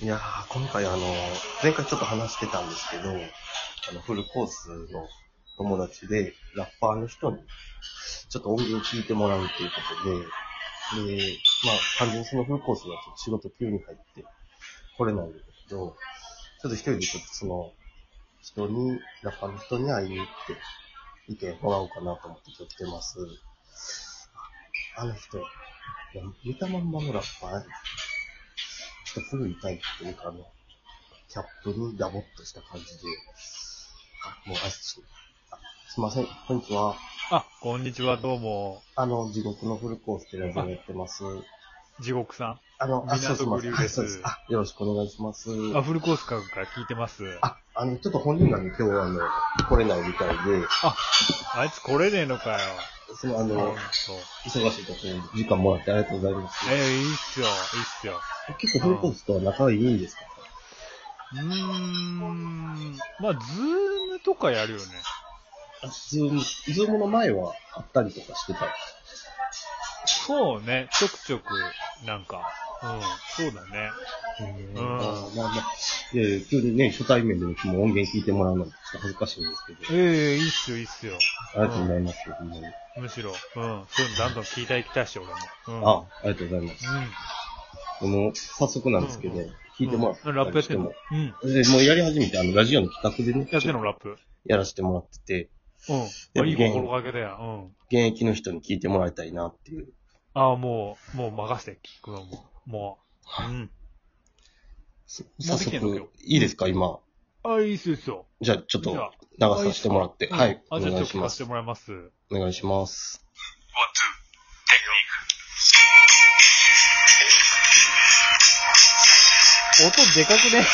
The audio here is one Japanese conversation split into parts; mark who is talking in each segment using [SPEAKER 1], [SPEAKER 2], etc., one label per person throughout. [SPEAKER 1] いやー、今回あの、前回ちょっと話してたんですけど、あの、フルコースの友達で、ラッパーの人に、ちょっと音源聞いてもらうっていうことで、で、まあ、完全にそのフルコースがちょっと仕事急に入って、来れないんだけど、ちょっと一人でちょっとその、人に、ラッパーの人に会いに行って、いてもらおうかなと思って今日来てます。あの人、いや見たまんまのラッパーやねちょっと古いタイプというか、あの、キャップにダボっとした感じで、あ、もう、あ、すあすいません、こんにちは。
[SPEAKER 2] あ、こんにちは、どうも。
[SPEAKER 1] あの、地獄のフルコースってラジオやってます。
[SPEAKER 2] 地獄さ
[SPEAKER 1] あの、あ、そうすいません。
[SPEAKER 2] 港
[SPEAKER 1] は
[SPEAKER 2] 区
[SPEAKER 1] い
[SPEAKER 2] 流
[SPEAKER 1] そう
[SPEAKER 2] 星
[SPEAKER 1] です。あ、よろしくお願いします。
[SPEAKER 2] ん。あ、フルコースから聞いてます。
[SPEAKER 1] あ、あの、ちょっと本人がね、今日あの、来れないみたいで、
[SPEAKER 2] あいつ来れねえのかよ。
[SPEAKER 1] その、あ
[SPEAKER 2] そう
[SPEAKER 1] の、。忙しいところに時間もらってありがとうございます。
[SPEAKER 2] え、いいっすよ、いいっすよ。
[SPEAKER 1] 結構フルコースとは仲いいんですか
[SPEAKER 2] うーん。まあ、ズームとかやるよね。
[SPEAKER 1] あ、ズーム、ズームの前はあったりとかしてた。
[SPEAKER 2] そうね、ちょくちょく、なんか。うん、そうだね。
[SPEAKER 1] うんあーまあまあ、えー、急にね、初対面でももう音源聞いてもらうのはちょっと恥ずかしいんですけど、
[SPEAKER 2] ええいいっすよ、いいっすよ。
[SPEAKER 1] ありがとうございます、ほんまに。
[SPEAKER 2] むしろ、うん。そういうのどんどん聞いたいきたいし、俺も。うん。
[SPEAKER 1] あ、ありがとうございます。この、早速なんですけど、
[SPEAKER 2] うんう
[SPEAKER 1] 聞いてもらっ
[SPEAKER 2] う
[SPEAKER 1] た
[SPEAKER 2] ん。ラップや
[SPEAKER 1] り
[SPEAKER 2] っ
[SPEAKER 1] してて
[SPEAKER 2] ん
[SPEAKER 1] も
[SPEAKER 2] のうん。
[SPEAKER 1] で、もうやり始めて、あの、ラジオの企画でね、
[SPEAKER 2] やってんの、ラップ。
[SPEAKER 1] やらせてもらってて、
[SPEAKER 2] うん。あいい心がけだよ。うん。
[SPEAKER 1] 現役の人に聞いてもらいたいなっていう。
[SPEAKER 2] ああ、もう、もう任せて、聞くのも。もう。うん。
[SPEAKER 1] さ
[SPEAKER 2] も
[SPEAKER 1] 早
[SPEAKER 2] うできてんの
[SPEAKER 1] 速、いいですか、今。
[SPEAKER 2] ああ、いいっすよ、いいっすよ。
[SPEAKER 1] じゃあ、ちょっ
[SPEAKER 2] じゃ
[SPEAKER 1] と
[SPEAKER 2] あ、
[SPEAKER 1] 流させてもらって、
[SPEAKER 2] うん
[SPEAKER 1] はい、お
[SPEAKER 2] あ、じゃあ
[SPEAKER 1] 願
[SPEAKER 2] ちょ
[SPEAKER 1] い
[SPEAKER 2] っと
[SPEAKER 1] し
[SPEAKER 2] 聞
[SPEAKER 1] ま
[SPEAKER 2] かせ
[SPEAKER 1] す
[SPEAKER 2] て。もらいます。
[SPEAKER 1] お願いします。
[SPEAKER 2] 音でかくね。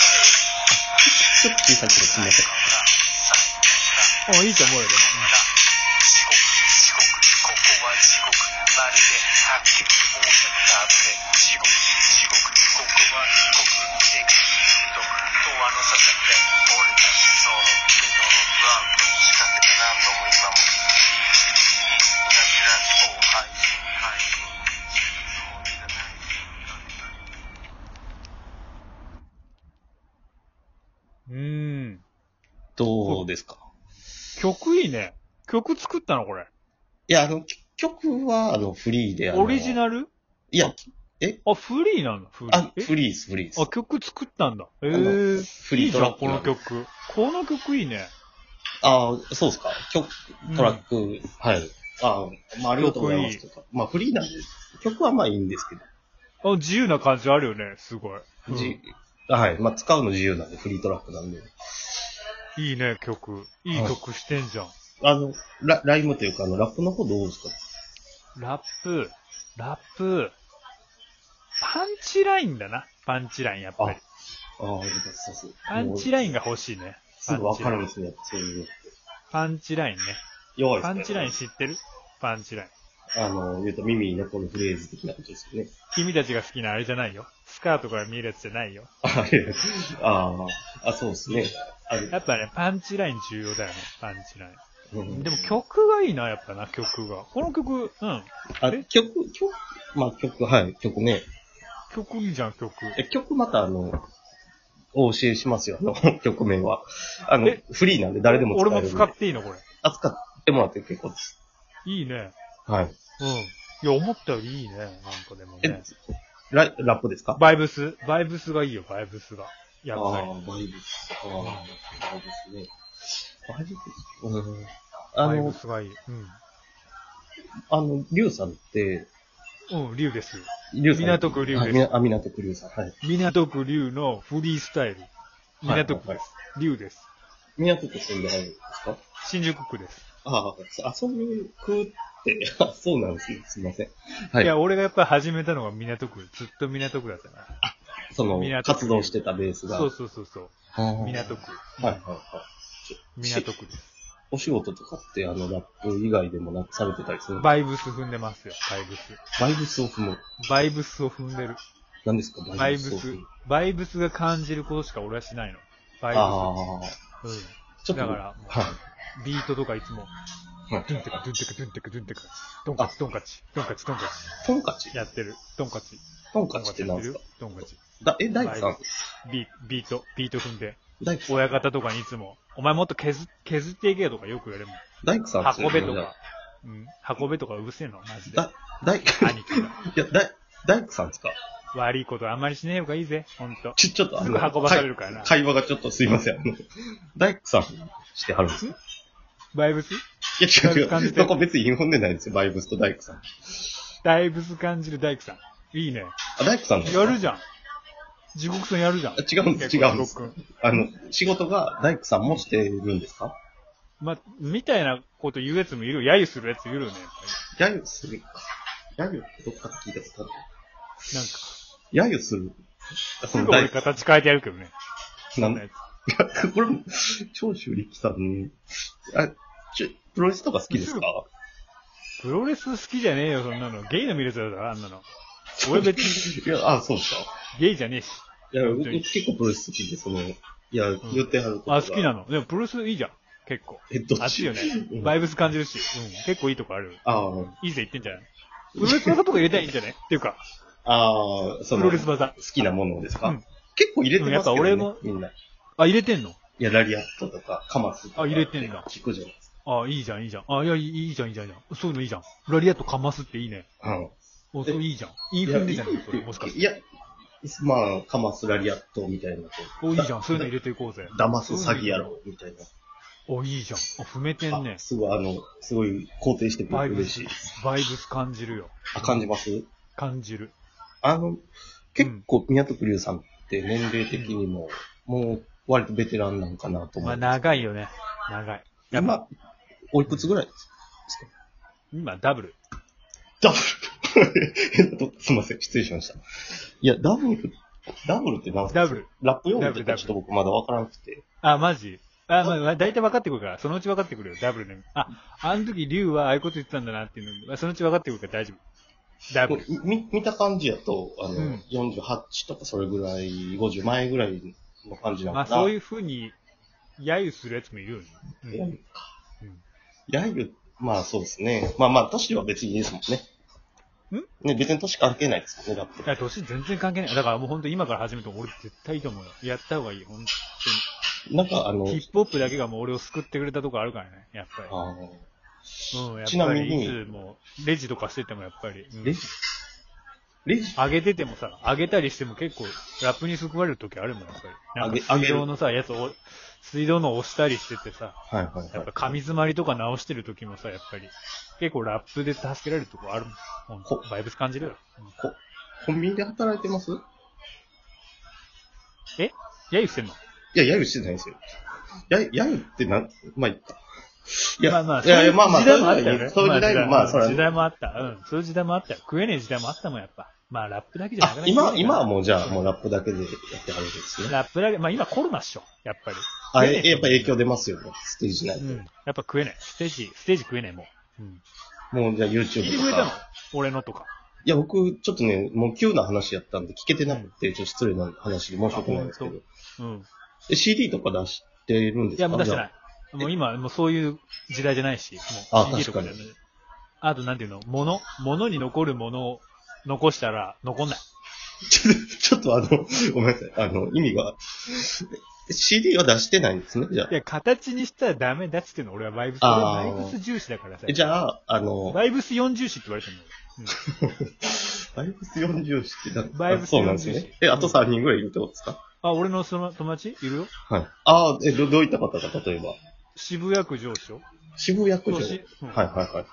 [SPEAKER 1] ちょっと小さいけど、すみません。
[SPEAKER 2] あ、いいと思うよ、でも。
[SPEAKER 3] 地獄、地獄、ここは地獄。まるで発見、猛者のターで。地獄、地獄、ここは地獄。敵、風毒、永遠のささくれ。俺たち、その、ベトのブランドを仕掛けて何度も今も。ラジラジオ配信、配信。
[SPEAKER 2] うん。うん。
[SPEAKER 1] どうですか
[SPEAKER 2] 曲いいね。曲作ったの、これ。
[SPEAKER 1] いや、あの、き曲は、あの、フリーで、あの、
[SPEAKER 2] オリジナル
[SPEAKER 1] いや、
[SPEAKER 2] あ、フリーなんだ、フリー
[SPEAKER 1] あ。、
[SPEAKER 2] え
[SPEAKER 1] フリーです、フリーです
[SPEAKER 2] あ、。曲作ったんだ。ええ
[SPEAKER 1] の
[SPEAKER 2] ー。
[SPEAKER 1] フ
[SPEAKER 2] い
[SPEAKER 1] リ
[SPEAKER 2] い
[SPEAKER 1] ー
[SPEAKER 2] じ
[SPEAKER 1] ト
[SPEAKER 2] ゃ
[SPEAKER 1] ラッ
[SPEAKER 2] ん、
[SPEAKER 1] ク
[SPEAKER 2] こ
[SPEAKER 1] な
[SPEAKER 2] の
[SPEAKER 1] んで。
[SPEAKER 2] 曲。この曲いいね。
[SPEAKER 1] ああ、そうですか。曲、トラック、はい。ああ、まあ、ありがとうございますとか。まあ、フリーなんで、曲はまあいいんですけど。
[SPEAKER 2] あ、自由な感じあるよね、すごい。うん
[SPEAKER 1] じはい。まあ、使うの自由なんで、フリートラックなんで。
[SPEAKER 2] いいね、曲。いい曲してんじゃん。
[SPEAKER 1] あの、ラライムというか、あの、ラップの方どうですか
[SPEAKER 2] ラップ、ラップ、パンチラインだな。パンチライン、やっぱり。
[SPEAKER 1] ああ、よかったです。
[SPEAKER 2] パンチラインが欲しいね。
[SPEAKER 1] すぐわかるんですね、やっぱそういうの。
[SPEAKER 2] パンチラインね。
[SPEAKER 1] 弱いです
[SPEAKER 2] パ
[SPEAKER 1] ね。
[SPEAKER 2] ンチライン知ってるパンチライン。
[SPEAKER 1] あの、言うと耳に残るフレーズ的なことですよ ね。
[SPEAKER 2] 君たちが好きなあれじゃないよ。スカートから見えるやつじゃないよ。
[SPEAKER 1] ああ、あ、そうですね。あれ
[SPEAKER 2] やっぱね、パンチライン重要だよね。パンチライ
[SPEAKER 1] うん
[SPEAKER 2] ン。でも曲がいいな、やっぱな、曲が。この曲、うん。
[SPEAKER 1] あ
[SPEAKER 2] え、
[SPEAKER 1] 曲、曲、まあ曲、はい、曲ね。
[SPEAKER 2] 曲いいじゃん、曲。
[SPEAKER 1] え、曲またあの、お教えしますよ、あの、曲名は。あの
[SPEAKER 2] え、
[SPEAKER 1] フリーなんで誰でも使えるんで。
[SPEAKER 2] 俺も使っていいの、これ。
[SPEAKER 1] あ使ってもらって結構です。
[SPEAKER 2] いいね。
[SPEAKER 1] はい。
[SPEAKER 2] うん。いや、思ったよりいいね。なんかでも
[SPEAKER 1] え
[SPEAKER 2] ね。、
[SPEAKER 1] ララップですか
[SPEAKER 2] バイブスバイブスがいいよ、バイブスが。やっぱり。
[SPEAKER 1] あー、バイブス。あーバイブスね。バイブスうん。あ
[SPEAKER 2] バイブ
[SPEAKER 1] の、
[SPEAKER 2] スがいい。
[SPEAKER 1] あの、リュウさんって、
[SPEAKER 2] うん。うん、竜です。
[SPEAKER 1] リュウさん。
[SPEAKER 2] 港区リュ
[SPEAKER 1] あ
[SPEAKER 2] ウです
[SPEAKER 1] みなあ、港区リュウさん。はい。
[SPEAKER 2] 港区竜のフリースタイル。港区
[SPEAKER 1] はいはいは
[SPEAKER 2] で
[SPEAKER 1] い
[SPEAKER 2] す。竜です。
[SPEAKER 1] 港区住んではるんですか
[SPEAKER 2] 新宿区です。
[SPEAKER 1] ああ、あ、そういう区って、あそうなんですね。すいません。はい
[SPEAKER 2] いや、俺がやっぱり始めたのが港区。ずっと港区だったか
[SPEAKER 1] その
[SPEAKER 2] 港区
[SPEAKER 1] 活動してたベース
[SPEAKER 2] ら。
[SPEAKER 1] が。
[SPEAKER 2] そうそうそうそう。
[SPEAKER 1] あー
[SPEAKER 2] 港区。
[SPEAKER 1] はいはいはい。
[SPEAKER 2] 港区です。
[SPEAKER 1] お仕事とかって、あの、ラップ以外でもなされてたりするバ
[SPEAKER 2] バイブス踏んでますよ、バイブス。
[SPEAKER 1] イブスを踏む。
[SPEAKER 2] バイブスを踏んでる。
[SPEAKER 1] 何ですか
[SPEAKER 2] バイブ
[SPEAKER 1] を踏
[SPEAKER 2] ス
[SPEAKER 1] む。
[SPEAKER 2] バイブスが感じることしか俺はしないの。バ
[SPEAKER 1] あ
[SPEAKER 2] イ
[SPEAKER 1] あ、
[SPEAKER 2] ブス。
[SPEAKER 1] ちょっと。
[SPEAKER 2] だから
[SPEAKER 1] はい。
[SPEAKER 2] うん。ビートとかいつも、
[SPEAKER 1] はい
[SPEAKER 2] ドゥンテカ、ドゥンテカ、ドゥンテカ、ドゥンテカ。ドンカチ、ドンカチ、ドンカチ、ドンカ
[SPEAKER 1] トンカチ
[SPEAKER 2] チ。やってる。ドンカチ。
[SPEAKER 1] トンカチって何すか
[SPEAKER 2] トンカチ。
[SPEAKER 1] だえ、大工さ
[SPEAKER 2] は
[SPEAKER 1] ん
[SPEAKER 2] いビビート、ビート踏んで。
[SPEAKER 1] 大工さん
[SPEAKER 2] 親方とかにいつも、お前もっと削削っていけよとかよく言われるもん。
[SPEAKER 1] 大工さんって
[SPEAKER 2] 運べとか。うん。運べとかうるせえの、マジで。
[SPEAKER 1] だ、大、い
[SPEAKER 2] 兄貴が。
[SPEAKER 1] や、大、大工さんですか
[SPEAKER 2] 悪いことあんまりしねえ方がいいぜ、ほんと。
[SPEAKER 1] ちょ、ちょっとあ
[SPEAKER 2] す
[SPEAKER 1] の、
[SPEAKER 2] ぐ運ばされるからな
[SPEAKER 1] 会会話がちょっとすいません。あの大工さんしてはるんですね
[SPEAKER 2] バイブス
[SPEAKER 1] いや、違う
[SPEAKER 2] 大工感
[SPEAKER 1] 違う。
[SPEAKER 2] じて
[SPEAKER 1] そこ別に読んでないんですよ、バイブスと大工さん。
[SPEAKER 2] だいぶす感じる大工さん。いいね。
[SPEAKER 1] あ、大工さんなんですか
[SPEAKER 2] やるじゃん。地獄さんやるじゃん。
[SPEAKER 1] あ違うんです
[SPEAKER 2] 結構
[SPEAKER 1] 違うんです
[SPEAKER 2] 地獄くん
[SPEAKER 1] あの、仕事が大工さんもしてるんですか
[SPEAKER 2] まあ、みたいなこと言うやつもいるよ。揶揄するやついるよね。やっぱ
[SPEAKER 1] 揶揄するか。揶揄ってどっかで聞いたことあ
[SPEAKER 2] りなんか、す
[SPEAKER 1] る。揶揄する。そ
[SPEAKER 2] ぐ俺
[SPEAKER 1] 工
[SPEAKER 2] 形変えてやるけどね。
[SPEAKER 1] な
[SPEAKER 2] そ
[SPEAKER 1] ん
[SPEAKER 2] んなやつ
[SPEAKER 1] だ。これも、長州力さん、あ、ちょ、プロレスとか好きですか
[SPEAKER 2] プロレス好きじゃねえよ、そんなの。ゲイの見るやつだろ、あんなの。俺別に
[SPEAKER 1] いや、あ、そうですか。
[SPEAKER 2] ゲイじゃねえし。
[SPEAKER 1] いや、僕
[SPEAKER 2] 当に
[SPEAKER 1] 結構プロレス好きで、その、いや、言ってはることが
[SPEAKER 2] あ、好きなの。でもプロレスいいじゃん。結構。
[SPEAKER 1] え、どっ
[SPEAKER 2] 熱
[SPEAKER 1] ち
[SPEAKER 2] いよね
[SPEAKER 1] う。ん
[SPEAKER 2] バイブス感じるし。うん。結構いいとこある。
[SPEAKER 1] ああ、
[SPEAKER 2] いいぜ言ってんじゃないプロレス技とか入れたらいいんじゃないっていうか、
[SPEAKER 1] ああ、その、
[SPEAKER 2] プロレ
[SPEAKER 1] 好
[SPEAKER 2] ス技。
[SPEAKER 1] きなものですか、
[SPEAKER 2] うん
[SPEAKER 1] 結構入れてますけど、ね、
[SPEAKER 2] やっぱ俺も
[SPEAKER 1] みんな。い
[SPEAKER 2] あ、入れてんの
[SPEAKER 1] や、ラリアットとか、カマスとか。
[SPEAKER 2] あ入れてんだ
[SPEAKER 1] 聞くじゃないです
[SPEAKER 2] あ、いいじゃん、いいじゃん。あ、いや、いいいいじゃん、いいじゃん、いいじゃん。そういうのいいじゃん。ラリアットかますっていいね。
[SPEAKER 1] か。うん。
[SPEAKER 2] お、そういいじゃん。
[SPEAKER 1] い
[SPEAKER 2] インフ
[SPEAKER 1] や
[SPEAKER 2] ンでじゃないそれ、もしかして。
[SPEAKER 1] いや、まあ、カマスラリアットみたいなこ
[SPEAKER 2] お、いいじゃん。そういうの入れていこうぜ。
[SPEAKER 1] う。騙す詐欺野郎みたいな。
[SPEAKER 2] お、いいじゃん。お、踏めてんね
[SPEAKER 1] あ。すごい、あの、すごい肯定してく
[SPEAKER 2] バ
[SPEAKER 1] れ
[SPEAKER 2] イ
[SPEAKER 1] る
[SPEAKER 2] ブ
[SPEAKER 1] 嬉し
[SPEAKER 2] ス
[SPEAKER 1] い。、
[SPEAKER 2] バイブス感じるよ。
[SPEAKER 1] あ、感じます
[SPEAKER 2] 感じる。
[SPEAKER 1] あの、結構、宮徳龍さんって年齢的にも、もう、割とベテランなんかなと思
[SPEAKER 2] まあ、
[SPEAKER 1] う。
[SPEAKER 2] 長いよね。長い。やっ
[SPEAKER 1] 今、
[SPEAKER 2] ぱ、
[SPEAKER 1] おいくつぐらいですか
[SPEAKER 2] 今、ダブル。
[SPEAKER 1] ダブル 変なとこすみません、失礼しました。いや、ダブル、ダブルって何すか
[SPEAKER 2] ダブル。
[SPEAKER 1] ラップ読
[SPEAKER 2] ダ
[SPEAKER 1] む
[SPEAKER 2] ブ
[SPEAKER 1] と
[SPEAKER 2] ルダ
[SPEAKER 1] か
[SPEAKER 2] ブル
[SPEAKER 1] ちょっと僕まだわからなくて。
[SPEAKER 2] あ、マジあ、まあまあ、大体分かってくるから、そのうち分かってくるよ、ダブルね。あ、あの時、竜はああいうこと言ってたんだなっていうの、まあそのうち分かってくるから大丈夫。ダブル。
[SPEAKER 1] み見た感じやと、あの、
[SPEAKER 2] うん
[SPEAKER 1] 48とかそれぐらい、50前ぐらいの感じなの
[SPEAKER 2] ま
[SPEAKER 1] か
[SPEAKER 2] あ、
[SPEAKER 1] な。
[SPEAKER 2] そういう風に、揶揄するやつもいるよね。うん
[SPEAKER 1] やゆか。やゆ、まあそうですね。まあまあ、年は別にいいですもんね。ね、別に年関係ないですもんね、ラップ
[SPEAKER 2] い。や、年全然関係ない。だからもう本当今から始めても俺絶対いいと思うよ。やった方がいい、本
[SPEAKER 1] なんかあの
[SPEAKER 2] 当、に。ヒップホップだけがもう俺を救ってくれたとこあるからね、やっぱり。
[SPEAKER 1] あの
[SPEAKER 2] うん、や
[SPEAKER 1] ち
[SPEAKER 2] っ
[SPEAKER 1] な
[SPEAKER 2] ぱ
[SPEAKER 1] み
[SPEAKER 2] り
[SPEAKER 1] に
[SPEAKER 2] いつも、レジとかしててもやっぱり、うん
[SPEAKER 1] レジレジ
[SPEAKER 2] 上げててもさ、上げたりしても結構、ラップに救われる時あるもん、やっぱり。なん
[SPEAKER 1] 上げ
[SPEAKER 2] か
[SPEAKER 1] 上げ
[SPEAKER 2] 水
[SPEAKER 1] る
[SPEAKER 2] 道のさ、やつを、水道の押したりしててさ、
[SPEAKER 1] はいはい
[SPEAKER 2] や
[SPEAKER 1] は
[SPEAKER 2] っ
[SPEAKER 1] い
[SPEAKER 2] ぱ。紙詰まりとか直してる時もさ、やっぱり、結構ラップで助けられるとこあるもん。ほん
[SPEAKER 1] こと
[SPEAKER 2] バイブス感じるよ。うん
[SPEAKER 1] こコンビニで働いてますい
[SPEAKER 2] えやゆしてんの
[SPEAKER 1] や、やゆしてないですよ。やゆ、やゆってなん、まあいいか。いや、
[SPEAKER 2] まあまあ、
[SPEAKER 1] いやいや、まあまあ、
[SPEAKER 2] そういう時代もあったよね。
[SPEAKER 1] そういう時代も、まあ、そ
[SPEAKER 2] そう
[SPEAKER 1] れ
[SPEAKER 2] いう時代もあった。うん、そういう時代もあったよ。食えねえ時代もあったもん、やっぱ。まあ、ラップだけじゃな
[SPEAKER 1] あ
[SPEAKER 2] くな、い
[SPEAKER 1] 今、今はもうじゃあ、もうラップだけでやってはるんですね。
[SPEAKER 2] ラップだけ、まあ今コロナっしょ、やっぱり。
[SPEAKER 1] あ、
[SPEAKER 2] 食えねえ
[SPEAKER 1] えやっぱ影響出ますよね、ステージ内
[SPEAKER 2] う
[SPEAKER 1] で。
[SPEAKER 2] ん。やっぱ食えねえ。ステージ、ステージ食えねえ、もう。うん。
[SPEAKER 1] もうじゃあ
[SPEAKER 2] 聞いて
[SPEAKER 1] YouTube
[SPEAKER 2] く
[SPEAKER 1] と
[SPEAKER 2] れたの
[SPEAKER 1] か。
[SPEAKER 2] 俺のとか。
[SPEAKER 1] いや、僕、ちょっとね、もう急な話やったんで、聞けてなくて、ちょっと失礼な話で申し訳ないんですけ
[SPEAKER 2] あ
[SPEAKER 1] ど
[SPEAKER 2] 本。うん。
[SPEAKER 1] え CD とか出してるんですか
[SPEAKER 2] いや、もう出してない
[SPEAKER 1] じゃ。
[SPEAKER 2] もう今、もうそういう時代じゃないし、も
[SPEAKER 1] あ
[SPEAKER 2] う CD とかじゃない。あと、なんていうの物物に残るものを残したら残んない。
[SPEAKER 1] あちょっとちょっと あの、ごめんなさい。あの、意味が。CD は出してないんですね、じゃあ
[SPEAKER 2] い。や、形にしたらダメだっつってんの、俺はバイブス。
[SPEAKER 1] あー
[SPEAKER 2] 俺バイブス重視だからさ。
[SPEAKER 1] えじゃあ、あの、
[SPEAKER 2] バイブス4重視って言われてるのよ。
[SPEAKER 1] バイブス40師ってなん
[SPEAKER 2] バイブス40師
[SPEAKER 1] そうなんですね。え、あと3人ぐらいいるってことですか
[SPEAKER 2] あ、俺のその友達いるよ。
[SPEAKER 1] はい。ああ、え、ど、どういった方が、例えば。
[SPEAKER 2] 渋谷区上司よ。
[SPEAKER 1] 渋谷区長。は
[SPEAKER 2] 上司
[SPEAKER 1] い、
[SPEAKER 2] うん
[SPEAKER 1] はいはい。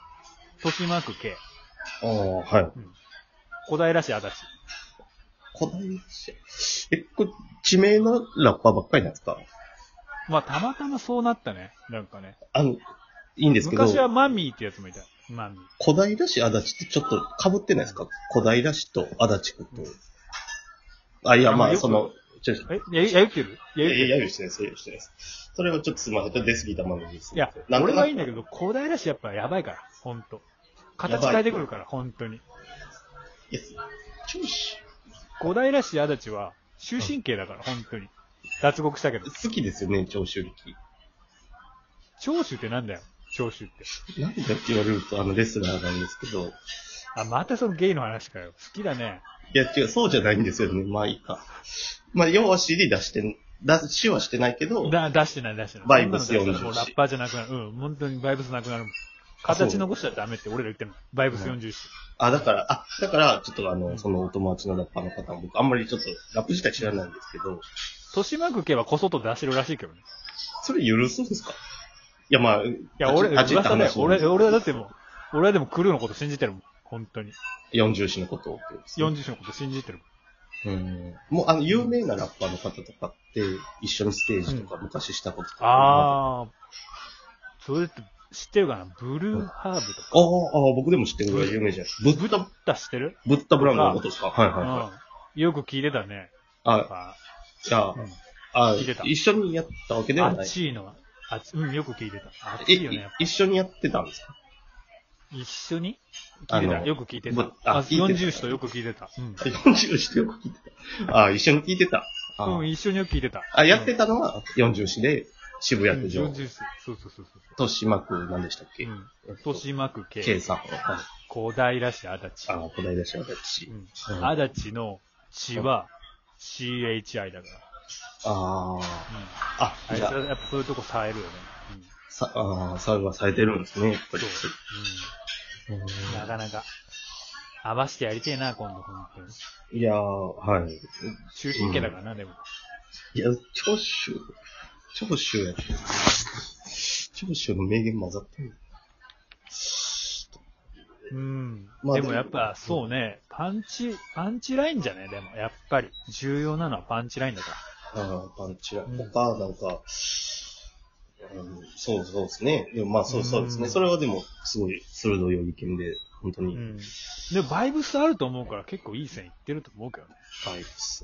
[SPEAKER 2] 豊島区系。
[SPEAKER 1] ああ、はい。
[SPEAKER 2] 小平市足立。
[SPEAKER 1] 小平市。え、これ、地名のラッパーばっかりなんですか
[SPEAKER 2] まあ、たまたまそうなったね。なんかね。
[SPEAKER 1] あの、いいんですけど、
[SPEAKER 2] 昔はマミーってやつもいた。マミー。
[SPEAKER 1] 小平市、足立ってちょっと被ってないですか小平市と足立区と。あ、いや、ま
[SPEAKER 2] あんま
[SPEAKER 1] あ、
[SPEAKER 2] よく
[SPEAKER 1] その、ちょ、ちょ、
[SPEAKER 2] え、や、やゆってるや
[SPEAKER 1] い
[SPEAKER 2] ゆ
[SPEAKER 1] や
[SPEAKER 2] って
[SPEAKER 1] いや、
[SPEAKER 2] る
[SPEAKER 1] やゆしてないです、やゆしてないです。それはちょっとすみません、ちょっと出過ぎたままです。
[SPEAKER 2] いや、
[SPEAKER 1] なんと
[SPEAKER 2] 俺
[SPEAKER 1] なく
[SPEAKER 2] はいいんだけど、小平市やっぱやばいから。ほんと。形変えてくるから、ほんとに。
[SPEAKER 1] いや、長州
[SPEAKER 2] 小平市足立は、終身刑だから、ほんとに。脱獄したけど。
[SPEAKER 1] 好きですよね、長州力。
[SPEAKER 2] 長州ってなんだよ。長州って。
[SPEAKER 1] なんだって言われると、あの、レスラーなんですけど、
[SPEAKER 2] あ、またそのゲイの話かよ。好きだね。
[SPEAKER 1] いや、違う、そうじゃないんですよね。まあいいか。まあ、要は CD 出して、出しはしてないけど、
[SPEAKER 2] だ出してない、出してない。
[SPEAKER 1] バイブス
[SPEAKER 2] そんなの出したらもう
[SPEAKER 1] 40
[SPEAKER 2] ラッパーじゃなくなる。うん、本当にバイブスなくなるもん。形残しちゃダメって俺ら言ってんの。バイブス40し。
[SPEAKER 1] あ、だから、あ、だから、ちょっとあの、そのお友達のラッパーの方も、僕あんまりちょっとラップ自体知らないんですけど、
[SPEAKER 2] 豊島区系はこそと出してるらしいけどね。
[SPEAKER 1] それ許すんですかいや、まあ、い
[SPEAKER 2] いや、俺、噂
[SPEAKER 1] た
[SPEAKER 2] だよ。
[SPEAKER 1] 話
[SPEAKER 2] 俺、俺はだってもう、俺はでもクルーのこと信じてるもん。本当に。
[SPEAKER 1] 40詞のことをってことですね、
[SPEAKER 2] 40種のこと信じてるもん。
[SPEAKER 1] うんもう、あの、有名なラッパーの方とかって、一緒にステージとか昔したこととか、あ。
[SPEAKER 2] あー。それって知ってるかなブルーハーブとか。
[SPEAKER 1] ああ、僕でも知ってるぐらい有名じゃないですか。ブッダ、
[SPEAKER 2] 出してる
[SPEAKER 1] ブッダブランドのことですかはいは
[SPEAKER 2] う
[SPEAKER 1] いはい。
[SPEAKER 2] ん。よく聞いてたね。
[SPEAKER 1] あ、
[SPEAKER 2] あ、
[SPEAKER 1] じゃあ
[SPEAKER 2] う、ん
[SPEAKER 1] あ
[SPEAKER 2] 聞いてた
[SPEAKER 1] 一緒にやったわけでは
[SPEAKER 2] あ
[SPEAKER 1] な
[SPEAKER 2] っ
[SPEAKER 1] い。
[SPEAKER 2] ちいのは。あっち、うん、よく聞いてた。あっ
[SPEAKER 1] え
[SPEAKER 2] ちいよね、やっぱ。
[SPEAKER 1] 一緒にやってたんですか
[SPEAKER 2] 一緒に聞いて
[SPEAKER 1] あ
[SPEAKER 2] た。
[SPEAKER 1] の
[SPEAKER 2] よく聞いて
[SPEAKER 1] ぶ
[SPEAKER 2] た。
[SPEAKER 1] あ
[SPEAKER 2] あ、
[SPEAKER 1] 聞いてた
[SPEAKER 2] 40首とよく聞いてた。うん。
[SPEAKER 1] ?40 詞でよく聞いてた。あ、一緒に聞いてた。あ,、
[SPEAKER 2] うん、一緒によく聞いてた。
[SPEAKER 1] あやってたのは40詞で、渋
[SPEAKER 2] うん
[SPEAKER 1] 谷区上、
[SPEAKER 2] 40首。そうそうそうそう。
[SPEAKER 1] 豊島区何でしたっけ、
[SPEAKER 2] うん。豊島区系。
[SPEAKER 1] K さん。はい
[SPEAKER 2] 小平市足立。
[SPEAKER 1] あ、小平市私。
[SPEAKER 2] うん
[SPEAKER 1] うん
[SPEAKER 2] 足立の血は CHI だか
[SPEAKER 1] あ
[SPEAKER 2] ら。うん。
[SPEAKER 1] あ。
[SPEAKER 2] あ
[SPEAKER 1] あ、
[SPEAKER 2] いつ
[SPEAKER 1] じゃあ
[SPEAKER 2] はやっぱそういうとこ冴えるよね。うん。
[SPEAKER 1] さ、あーサウナされてるんですね、やっぱり。
[SPEAKER 2] そう。
[SPEAKER 1] うん
[SPEAKER 2] うん。なかなか。合わせてやりてえな、今度、本当に。
[SPEAKER 1] いやー、はい。
[SPEAKER 2] 中心系だからな、でも。
[SPEAKER 1] いや、長州、長州やってる。長州の名言混ざってる。
[SPEAKER 2] うん。
[SPEAKER 1] まあ
[SPEAKER 2] でもやっぱ、そうね、パンチ、パンチラインじゃねでも、やっぱり。重要なのはパンチラインだから。
[SPEAKER 1] ああ、パンチラ。
[SPEAKER 2] うん
[SPEAKER 1] 他、なんか、うん、そうそうですね。でもまあそうそうです
[SPEAKER 2] う
[SPEAKER 1] ね。
[SPEAKER 2] ん
[SPEAKER 1] それはでも、すごい鋭い意見で、本当
[SPEAKER 2] う
[SPEAKER 1] に。
[SPEAKER 2] ん。で、バイブスあると思うから結構いい線いってると思うけどね。
[SPEAKER 1] はい。です